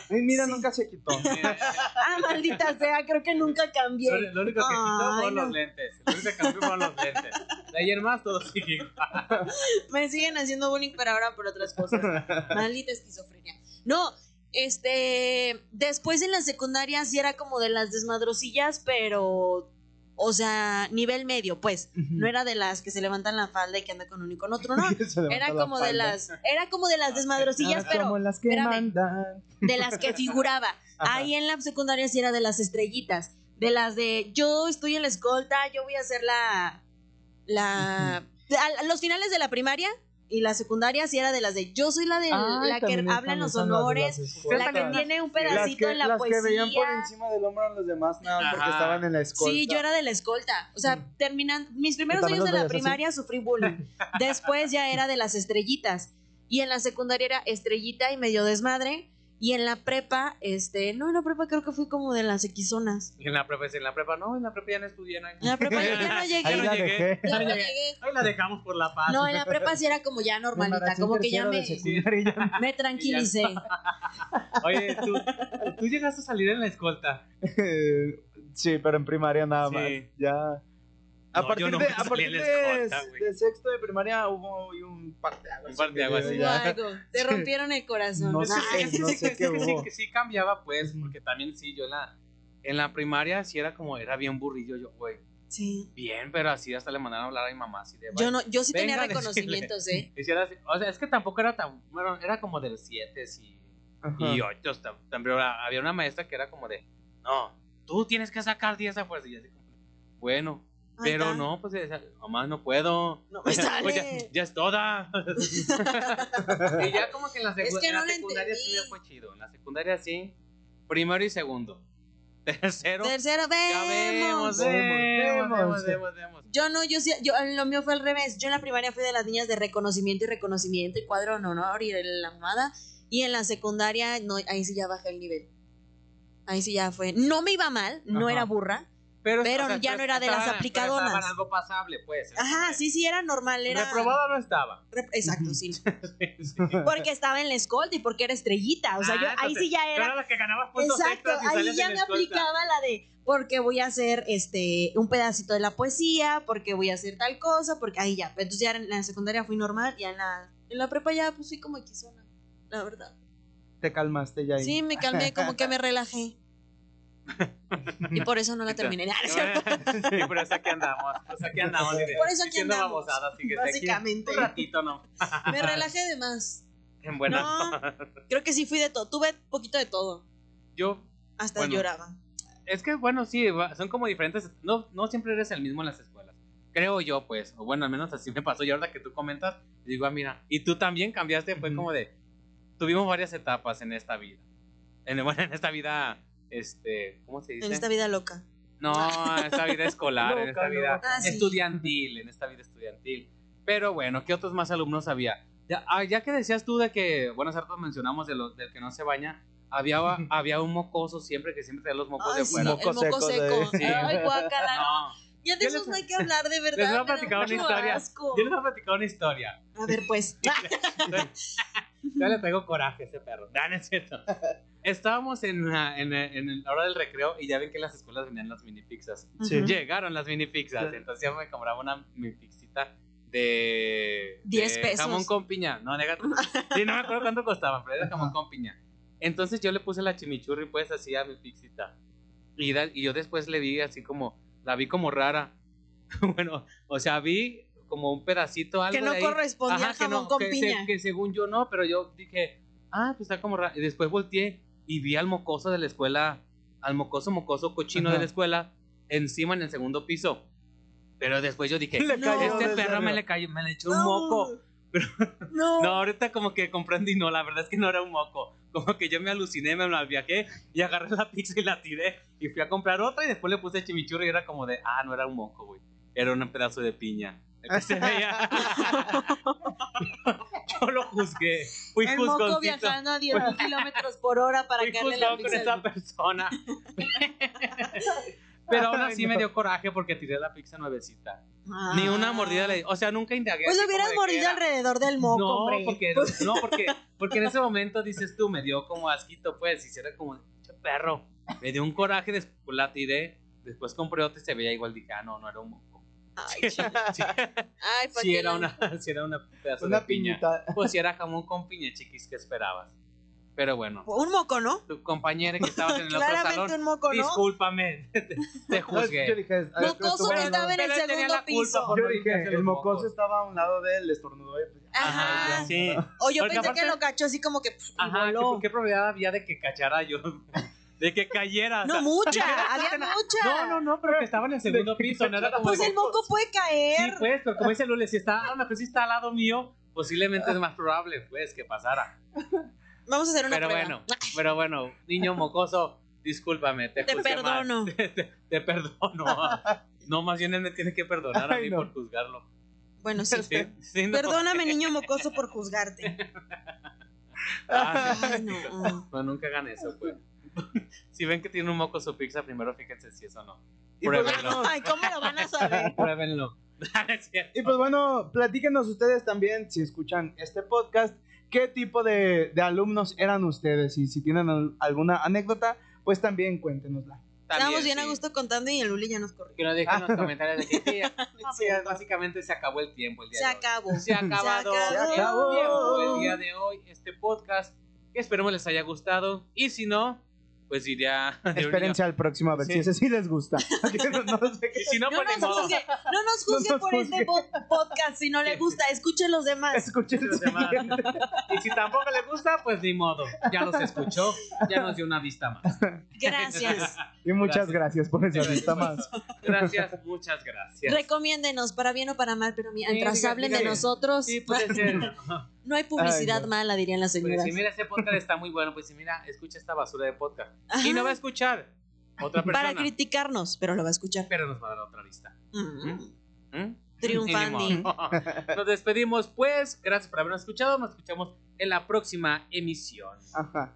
Speaker 3: Ay, mira, nunca se quitó.
Speaker 2: ah, maldita sea, creo que nunca cambié.
Speaker 1: Lo, lo único que quitó
Speaker 2: Ay,
Speaker 1: fueron
Speaker 2: no.
Speaker 1: los lentes. Lo único que cambió fueron los lentes. De ayer más todo sigue.
Speaker 2: Me siguen haciendo bullying, pero ahora por otras cosas. Maldita esquizofrenia. No, Este, después en la secundaria sí era como de las desmadrosillas, pero, o sea, nivel medio, pues. No era de las que se levantan la falda y que anda con un y con otro, no. Era como de las, era como de las desmadrosillas, pero
Speaker 3: Ah, como las que
Speaker 2: espérame.
Speaker 3: mandan.
Speaker 2: de las que figuraba.
Speaker 3: Ajá.
Speaker 2: Ahí en la secundaria sí era de las estrellitas, de las de yo estoy en la escolta, yo voy a hacer la la a- a los finales de la primaria y la secundaria sí era de las de yo soy la de
Speaker 3: Ay,
Speaker 2: la que
Speaker 3: también
Speaker 2: habla en los
Speaker 3: están esas, las de
Speaker 2: honores,
Speaker 3: las
Speaker 1: Pero
Speaker 2: la que
Speaker 1: también
Speaker 3: escoltas.
Speaker 2: tiene un
Speaker 1: las
Speaker 2: pedacito en la
Speaker 3: las
Speaker 2: poesía.
Speaker 3: que veían por encima del hombro a los demás nada más porque
Speaker 1: Ajá.
Speaker 3: estaban en la escolta.
Speaker 2: Sí, yo era de la escolta. O sea,
Speaker 3: Mm.
Speaker 2: terminan mis primeros
Speaker 3: también
Speaker 2: años de
Speaker 3: los
Speaker 2: la
Speaker 3: veías así.
Speaker 2: primaria sufrí bullying. Después ya era de las estrellitas. Y en la secundaria era estrellita y medio desmadre. Y en la prepa, este, no, en la prepa creo que fui como de las equizonas.
Speaker 1: Y en la prepa, sí, en la prepa, no, en la prepa ya no estudié. No, hay-
Speaker 2: En la prepa yo ya no llegué.
Speaker 3: Ahí Ah,
Speaker 1: no
Speaker 3: la
Speaker 1: llegué.
Speaker 3: dejé.
Speaker 2: Ya no
Speaker 1: Ahí la-
Speaker 2: llegué.
Speaker 1: Ahí la dejamos por la paz.
Speaker 2: No, en la prepa sí era como ya normalita,
Speaker 3: Comparación
Speaker 2: como que ya
Speaker 3: tercero de
Speaker 2: me,
Speaker 3: secundaria, ya
Speaker 2: me tranquilicé.
Speaker 1: Oye, tú, tú llegaste a salir en la escolta.
Speaker 3: Eh, sí, pero en primaria nada
Speaker 1: Sí.
Speaker 3: más. Ya. A
Speaker 1: No, yo
Speaker 3: partir, de,
Speaker 1: nunca
Speaker 3: a
Speaker 1: salí
Speaker 3: partir
Speaker 1: en la
Speaker 3: de-
Speaker 1: escolta, güey.
Speaker 3: de sexto de primaria hubo ahí un parteaguas.
Speaker 1: Un parteaguas,
Speaker 3: Sí,
Speaker 1: sí,
Speaker 2: Hubo
Speaker 3: ya.
Speaker 2: algo. Te rompieron el corazón.
Speaker 3: No
Speaker 2: Ay,
Speaker 1: Ah, Es que, es que
Speaker 3: no
Speaker 1: sí,
Speaker 3: sé
Speaker 1: es
Speaker 3: qué
Speaker 1: que sí,
Speaker 3: hubo.
Speaker 1: que sí cambiaba, pues, porque también sí, yo en la, en la primaria sí era como, era bien burrillo yo, güey.
Speaker 2: sí.
Speaker 1: Bien, pero así hasta le mandaron a hablar a mi mamá, así de...
Speaker 2: Yo no, yo sí tenía
Speaker 1: Venga a decirle.
Speaker 2: reconocimientos, eh.
Speaker 1: Y sí era así, o sea, es que tampoco era tan, bueno, era como del 7 y,
Speaker 3: Ajá.
Speaker 1: y 8, también había una maestra que era como de, no, tú tienes que sacar 10 a fuerza, y yo así como, bueno,
Speaker 2: Ahí
Speaker 1: pero
Speaker 2: está.
Speaker 1: no, pues, decía, mamá, no puedo,
Speaker 2: No me sale.
Speaker 1: Pues, ya, ya es toda. y ya como que en la, secu-
Speaker 2: Es que
Speaker 1: en
Speaker 2: no
Speaker 1: la
Speaker 2: lo
Speaker 1: secundaria sí
Speaker 2: entendí.
Speaker 1: me fue chido, en la secundaria sí, primero y segundo, tercero,
Speaker 2: Tercero,
Speaker 1: ya vemos, eh. vemos,
Speaker 2: vemos.
Speaker 3: Vemos,
Speaker 1: vemos,
Speaker 3: vemos.
Speaker 1: vemos, vemos.
Speaker 2: Yo no, yo sí, yo, lo mío fue al revés. Yo en la primaria fui de las niñas de reconocimiento y reconocimiento y cuadro en honor y de la mamada. Y en la secundaria, no, ahí sí ya bajé el nivel. Ahí sí ya fue. No me iba mal, no
Speaker 1: Ajá.
Speaker 2: era burra.
Speaker 1: Pero,
Speaker 2: Pero ya no era de las
Speaker 1: estaban- pero estaban
Speaker 2: aplicadonas.
Speaker 1: algo pasable, pues.
Speaker 2: Ajá, sí, sí, era normal, era.
Speaker 1: Reprobada no estaba.
Speaker 2: Rep- Exacto, sí.
Speaker 1: Sí.
Speaker 2: Porque estaba en la escolta y porque era estrellita. O sea,
Speaker 1: Ah,
Speaker 2: yo ahí
Speaker 1: entonces,
Speaker 2: sí ya
Speaker 1: Pero
Speaker 2: era.
Speaker 1: Era la que ganabas puntos
Speaker 2: Exacto,
Speaker 1: extras y
Speaker 2: ahí
Speaker 1: salías
Speaker 2: ya
Speaker 1: en
Speaker 2: me
Speaker 1: escolta.
Speaker 2: aplicaba la de porque voy a hacer este un pedacito de la poesía, porque voy a hacer tal cosa, porque ahí ya. Entonces ya en la secundaria fui normal, ya en la, en la prepa ya pues fui como equisona, la verdad.
Speaker 3: Te calmaste ya ahí.
Speaker 2: Sí, me calmé, como que me relajé. Y por eso no la
Speaker 1: Ahorita.
Speaker 2: terminé. Ah, ¿cierto?
Speaker 1: Sí, por eso aquí andamos. Por eso aquí andamos. y de-
Speaker 2: Por eso aquí
Speaker 1: diciendo
Speaker 2: andamos,
Speaker 1: babosadas, así que esté aquí
Speaker 2: básicamente.
Speaker 1: Un ratito, ¿no?
Speaker 2: Me relajé de más.
Speaker 1: En buena.
Speaker 2: No. Creo que sí fui de todo, tuve poquito de todo,
Speaker 1: Yo,
Speaker 2: hasta
Speaker 1: Bueno.
Speaker 2: lloraba.
Speaker 1: es que bueno, sí, va- son como diferentes. No, no siempre eres el mismo en las escuelas. Creo yo, pues. O bueno, al menos así me pasó. Y ahora que tú comentas, digo, ah, mira. Y tú también cambiaste. Fue
Speaker 3: Ujú.
Speaker 1: como de. Tuvimos varias etapas en esta vida. En, bueno, en esta vida. Este, ¿cómo se dice?
Speaker 2: En esta vida loca.
Speaker 1: No, en esta vida escolar, en esta
Speaker 3: Loca,
Speaker 1: vida
Speaker 2: loca. Ah, sí.
Speaker 1: estudiantil, en esta vida estudiantil. Pero bueno, ¿qué otros más alumnos había? Ya, ah, ya que decías tú de que, bueno, hace rato mencionamos de lo- del que no se baña, había, había un mocoso siempre que siempre tenía los mocos
Speaker 2: Ay,
Speaker 1: de
Speaker 2: sí,
Speaker 1: fuera.
Speaker 2: el moco
Speaker 3: Moco seco
Speaker 2: seco.
Speaker 3: de-
Speaker 1: Sí.
Speaker 2: Ay, guácala, no.
Speaker 1: No,
Speaker 2: Ya de
Speaker 1: Yo les-
Speaker 2: esos no hay que hablar, de verdad.
Speaker 1: les voy a
Speaker 2: me da
Speaker 1: platicar una
Speaker 2: mucho
Speaker 1: historia.
Speaker 2: asco.
Speaker 1: yo les voy a platicar una historia.
Speaker 2: A ver, pues.
Speaker 1: Ya le traigo coraje a ese perro. No, no es cierto. Estábamos en, la- en, en la hora del recreo y ya ven que en las escuelas venían las mini pizzas.
Speaker 3: Sí.
Speaker 2: Ujú.
Speaker 1: Llegaron las mini pizzas,
Speaker 3: Sí.
Speaker 1: entonces yo me compraba una mini pixita de,
Speaker 2: 10
Speaker 1: de
Speaker 2: pesos.
Speaker 1: jamón con piña. No, nega- Sí, no me acuerdo cuánto costaba, pero era jamón con piña. Entonces yo le puse la chimichurri pues así a mi pixita. Y, da- y yo después le vi así como, la vi como rara. bueno, o sea, vi como un pedacito algo
Speaker 2: Que no
Speaker 1: de ahí.
Speaker 2: correspondía
Speaker 1: Ajá,
Speaker 2: al
Speaker 1: que
Speaker 2: jamón
Speaker 1: no,
Speaker 2: con
Speaker 1: que se-
Speaker 2: piña.
Speaker 1: que según yo no, pero yo dije, ah, pues está como raro. Y después volteé y vi al mocoso de la escuela, al mocoso, mocoso cochino de
Speaker 3: Ajá.
Speaker 1: la escuela, encima en el segundo piso. Pero después yo dije,
Speaker 3: Le
Speaker 2: No.
Speaker 3: cayó
Speaker 1: este
Speaker 3: desde
Speaker 1: perro me
Speaker 3: arriba.
Speaker 1: le cayó, me le echó un moco.
Speaker 2: No.
Speaker 1: No, ahorita como que comprendí, no, la verdad es que no era un moco. Como que yo me aluciné, me la viajé y agarré la pizza y la tiré y fui a comprar otra y después le puse chimichurri y era como de, ah, no era un moco, güey. Era un pedazo de piña. El que se veía. yo lo juzgué. Fui
Speaker 2: El moco
Speaker 1: juzgoncito.
Speaker 2: viajando a 10 kilómetros por hora para
Speaker 1: Fui
Speaker 2: caerle la
Speaker 1: juzgón con
Speaker 2: pizza.
Speaker 1: esa persona. Pero aún
Speaker 3: Ay,
Speaker 1: así
Speaker 3: no.
Speaker 1: me dio coraje porque tiré la pizza nuevecita.
Speaker 2: Ah.
Speaker 1: Ni una mordida le di. O sea, nunca indagué.
Speaker 2: Pues
Speaker 1: así
Speaker 2: lo
Speaker 1: como
Speaker 2: hubieras
Speaker 1: de qué
Speaker 2: mordido
Speaker 1: era.
Speaker 2: alrededor del moco,
Speaker 1: No,
Speaker 2: hombre.
Speaker 1: porque no, porque porque en ese momento dices tú me dio como asquito, pues, y si era como "Che, perro, me dio un coraje, después la tiré, después compré otra y se veía igual, dije, ah, no, no era un moco.
Speaker 2: Ay, chale. Ay, ¿para
Speaker 1: Si
Speaker 2: qué
Speaker 1: era
Speaker 2: la-
Speaker 1: una si era una pedazo
Speaker 3: Una
Speaker 1: de piña.
Speaker 3: piñita.
Speaker 1: Pues si era jamón con piña, chiquis, ¿qué esperabas? Pero bueno,
Speaker 2: Un moco, ¿no?
Speaker 1: tu compañera que estabas en el otro
Speaker 2: Claramente
Speaker 1: salón,
Speaker 2: un moco, ¿no?
Speaker 1: discúlpame, te, te
Speaker 3: Yo
Speaker 1: juzgué.
Speaker 3: dije, ah, es que
Speaker 2: Mocoso
Speaker 3: estuvo
Speaker 2: que
Speaker 3: al
Speaker 2: estaba
Speaker 3: lado-
Speaker 2: en el
Speaker 1: Pero él tenía
Speaker 2: segundo
Speaker 1: la culpa,
Speaker 2: piso.
Speaker 1: Jorge.
Speaker 3: Yo dije,
Speaker 1: Los
Speaker 3: el mocoso
Speaker 1: mocos.
Speaker 3: estaba a un lado de él, estornudó. y pues,
Speaker 2: Ajá.
Speaker 1: Ajá, sí.
Speaker 2: O
Speaker 1: Porque
Speaker 2: yo pensé que
Speaker 1: aparte-
Speaker 2: lo cachó así como que. pf, y
Speaker 1: Ajá,
Speaker 2: voló.
Speaker 1: ¿qué, qué probabilidad había de que cachara yo? De que cayera. o
Speaker 2: No,
Speaker 1: sea,
Speaker 2: mucha.
Speaker 1: dijera,
Speaker 2: Había
Speaker 1: "Sácala".
Speaker 2: mucha.
Speaker 1: No, no, no, pero que estaba en el segundo
Speaker 3: De que
Speaker 1: piso, no era
Speaker 3: cachara.
Speaker 1: como.
Speaker 2: Pues
Speaker 1: de-
Speaker 2: el moco puede
Speaker 1: Sí,
Speaker 2: caer.
Speaker 1: pues, pero como dice Lule, si está, ah, a lo mejor si está al lado mío, posiblemente es más probable, pues, que pasara.
Speaker 2: Vamos a hacer una
Speaker 1: Pero
Speaker 2: prueba. Ah,
Speaker 1: bueno, pero bueno, niño mocoso, discúlpame, te,
Speaker 2: Te
Speaker 1: juzgué mal.
Speaker 2: perdono.
Speaker 1: Te, te- te perdono. No, más bien él me tiene que perdonar a
Speaker 3: Ay,
Speaker 1: mí
Speaker 3: no.
Speaker 1: por juzgarlo.
Speaker 2: Bueno, sí.
Speaker 1: Sí, sí, no.
Speaker 2: Perdóname, niño mocoso, por juzgarte.
Speaker 1: Ah,
Speaker 2: Ay, no. ah.
Speaker 1: no, nunca hagan eso, pues. Si ven que tiene un moco su pizza, primero fíjense si es o no.
Speaker 3: Y pues,
Speaker 1: Pruébelo.
Speaker 3: bueno,
Speaker 2: Ay, ¿cómo lo van a saber?
Speaker 1: Pruébenlo. Es cierto.
Speaker 3: y pues bueno, platíquenos ustedes también, si escuchan este podcast, qué tipo de, de alumnos eran ustedes. Y si tienen al- alguna anécdota, pues también cuéntenosla.
Speaker 2: Estábamos
Speaker 1: También,
Speaker 2: bien a
Speaker 1: sí.
Speaker 2: gusto contando y el Luli ya nos corrió.
Speaker 1: Que nos dejen los comentarios de que sí, ya- no, pues ya
Speaker 2: cierto.
Speaker 1: básicamente se acabó el tiempo el día
Speaker 2: Se
Speaker 1: de hoy.
Speaker 2: acabó.
Speaker 1: Se ha acabado,
Speaker 2: Se
Speaker 1: el
Speaker 3: acabó.
Speaker 1: tiempo el día de hoy, este podcast. Esperemos les haya gustado. Y si no, pues diría.
Speaker 3: Espérense al próximo a ver
Speaker 1: Sí.
Speaker 3: si ese sí les gusta. Que no- no sé qué-
Speaker 1: Y si no,
Speaker 2: No
Speaker 1: pues ni
Speaker 2: nos
Speaker 1: modo.
Speaker 2: juzgue, no nos juzgue
Speaker 3: No nos
Speaker 2: por este po- podcast si no le gusta. Escuchen los demás.
Speaker 3: Escuchen el
Speaker 1: Los demás.
Speaker 3: siguiente.
Speaker 1: Y si tampoco les gusta, pues ni modo. Ya nos escuchó, ya nos dio una vista más.
Speaker 2: Gracias.
Speaker 3: Y muchas gracias, por esa
Speaker 1: Gracias
Speaker 3: vista
Speaker 1: por
Speaker 3: más.
Speaker 1: Gracias, muchas gracias.
Speaker 2: Recomiéndenos, para bien o para mal, pero mientras
Speaker 1: diga-
Speaker 2: hablen
Speaker 1: diga
Speaker 2: de
Speaker 1: bien.
Speaker 2: nosotros,
Speaker 1: Sí, puede ser. Ajá.
Speaker 2: no hay publicidad
Speaker 3: Ay, no.
Speaker 2: mala, dirían las
Speaker 1: Pues
Speaker 2: señoras.
Speaker 1: si mira, este podcast está muy bueno. Pues si mira, escucha esta basura de podcast.
Speaker 2: Ajá,
Speaker 1: Y no va a escuchar otra persona.
Speaker 2: para criticarnos, pero lo va a escuchar.
Speaker 1: Pero nos va a dar otra vista.
Speaker 2: Mm.
Speaker 1: ¿Mm?
Speaker 2: Triunfandi.
Speaker 1: Y ni modo. Nos despedimos, pues. Gracias por habernos escuchado. Nos escuchamos en la próxima emisión.
Speaker 3: Ajá.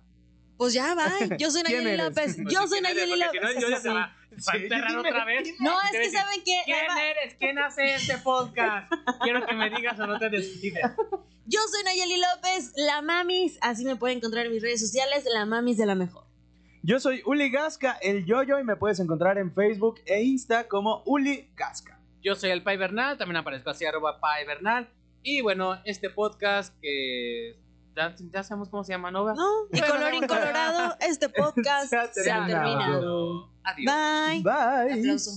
Speaker 2: Pues ya va. Yo soy Nayeli
Speaker 3: ¿Quién eres?
Speaker 2: López.
Speaker 1: Pues,
Speaker 2: Yo
Speaker 1: si
Speaker 2: soy
Speaker 1: quieres,
Speaker 2: Nayeli
Speaker 1: porque
Speaker 2: López.
Speaker 1: Si no, yo ya
Speaker 2: Sí.
Speaker 1: se va, se va a
Speaker 3: Sí,
Speaker 1: enterrar
Speaker 3: yo me-
Speaker 1: otra vez. Te voy
Speaker 2: No, es
Speaker 1: a
Speaker 2: que
Speaker 1: decir,
Speaker 2: saben que
Speaker 1: ¿Quién eres? ¿Quién hace este podcast? Quiero que me digas o no te despides.
Speaker 2: yo soy Nayeli López, la mamis. Así me pueden encontrar en mis redes sociales, la mamis de la mejor.
Speaker 3: Yo soy Uli Gasca, el Yoyo, y me puedes encontrar en Facebook e Insta como Uli Gasca.
Speaker 1: Yo soy el Pai Bernal, también aparezco así, arroba Pai Bernal. Y bueno, este podcast que ya, ya sabemos cómo se llama, ¿no?
Speaker 2: ¿No? Y
Speaker 1: Bueno,
Speaker 2: colorín
Speaker 1: vamos a-
Speaker 2: colorado, este podcast
Speaker 3: Se ha
Speaker 2: se ha terminado.
Speaker 3: terminado.
Speaker 1: Adiós.
Speaker 2: Bye.
Speaker 3: Bye.
Speaker 2: Aplauso.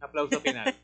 Speaker 1: Aplauso final.